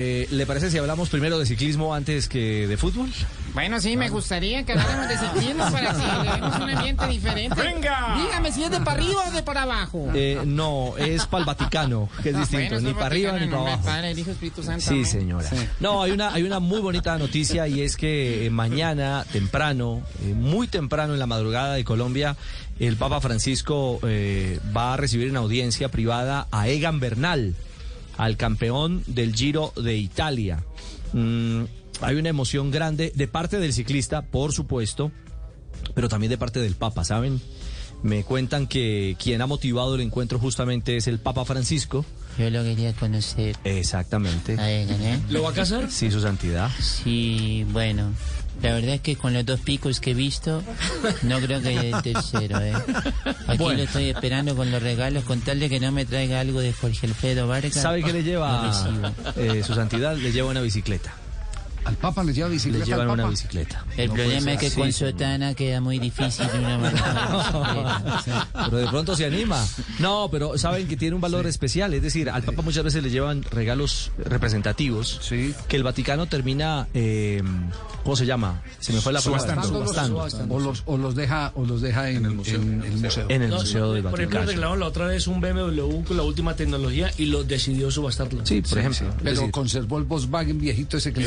Eh, ¿Le parece si hablamos primero de ciclismo antes que de fútbol? Bueno, sí, me gustaría que habláramos de ciclismo para que tengamos un ambiente diferente. ¡Venga! Dígame si es de para arriba o de para abajo. Eh, no, es para el Vaticano, que es distinto. Ah, Bueno, ni soy para arriba ni para Vaticano, nombre del abajo. Padre, el Hijo Espíritu Santo. Sí, amén. señora. No, hay una, hay una muy bonita noticia y es que eh, mañana, temprano, eh, muy temprano en la madrugada de Colombia, el Papa Francisco eh, va a recibir en audiencia privada a Egan Bernal, al campeón del Giro de Italia. Mm, hay una emoción grande de parte del ciclista, por supuesto, pero también de parte del Papa, ¿saben? Me cuentan que quien ha motivado el encuentro justamente es el Papa Francisco. Yo lo quería conocer. Exactamente. A ver, ¿eh? ¿Lo va a casar? Sí, su santidad. Sí, bueno. La verdad es que con los dos picos que he visto, no creo que haya el tercero. ¿eh? Aquí Bueno. lo estoy esperando con los regalos, con tal de que no me traiga algo de Jorge Alfredo Vargas. ¿Sabe qué le No lleva recibo. eh, su santidad? Le lleva una bicicleta. Al Papa le lleva Le bicicleta. llevan al una Papa. bicicleta. El No puede problema ser. es que Sí, con señor. Sotana queda muy difícil de una manera. Pero de pronto se anima. No, pero saben que tiene un valor especial. Es decir, al Papa muchas veces le llevan regalos representativos Sí. que el Vaticano termina. eh, ¿Cómo se llama? Se me fue la palabra. Subastándolos, O los, o los deja, o los deja en, el museo. En, el museo. En el Museo del Por ejemplo, Vaticano. arreglaron la otra vez un BMW con la última tecnología y lo decidió subastarlo. Sí, por ejemplo. Es Pero decir, conservó el Volkswagen viejito ese que le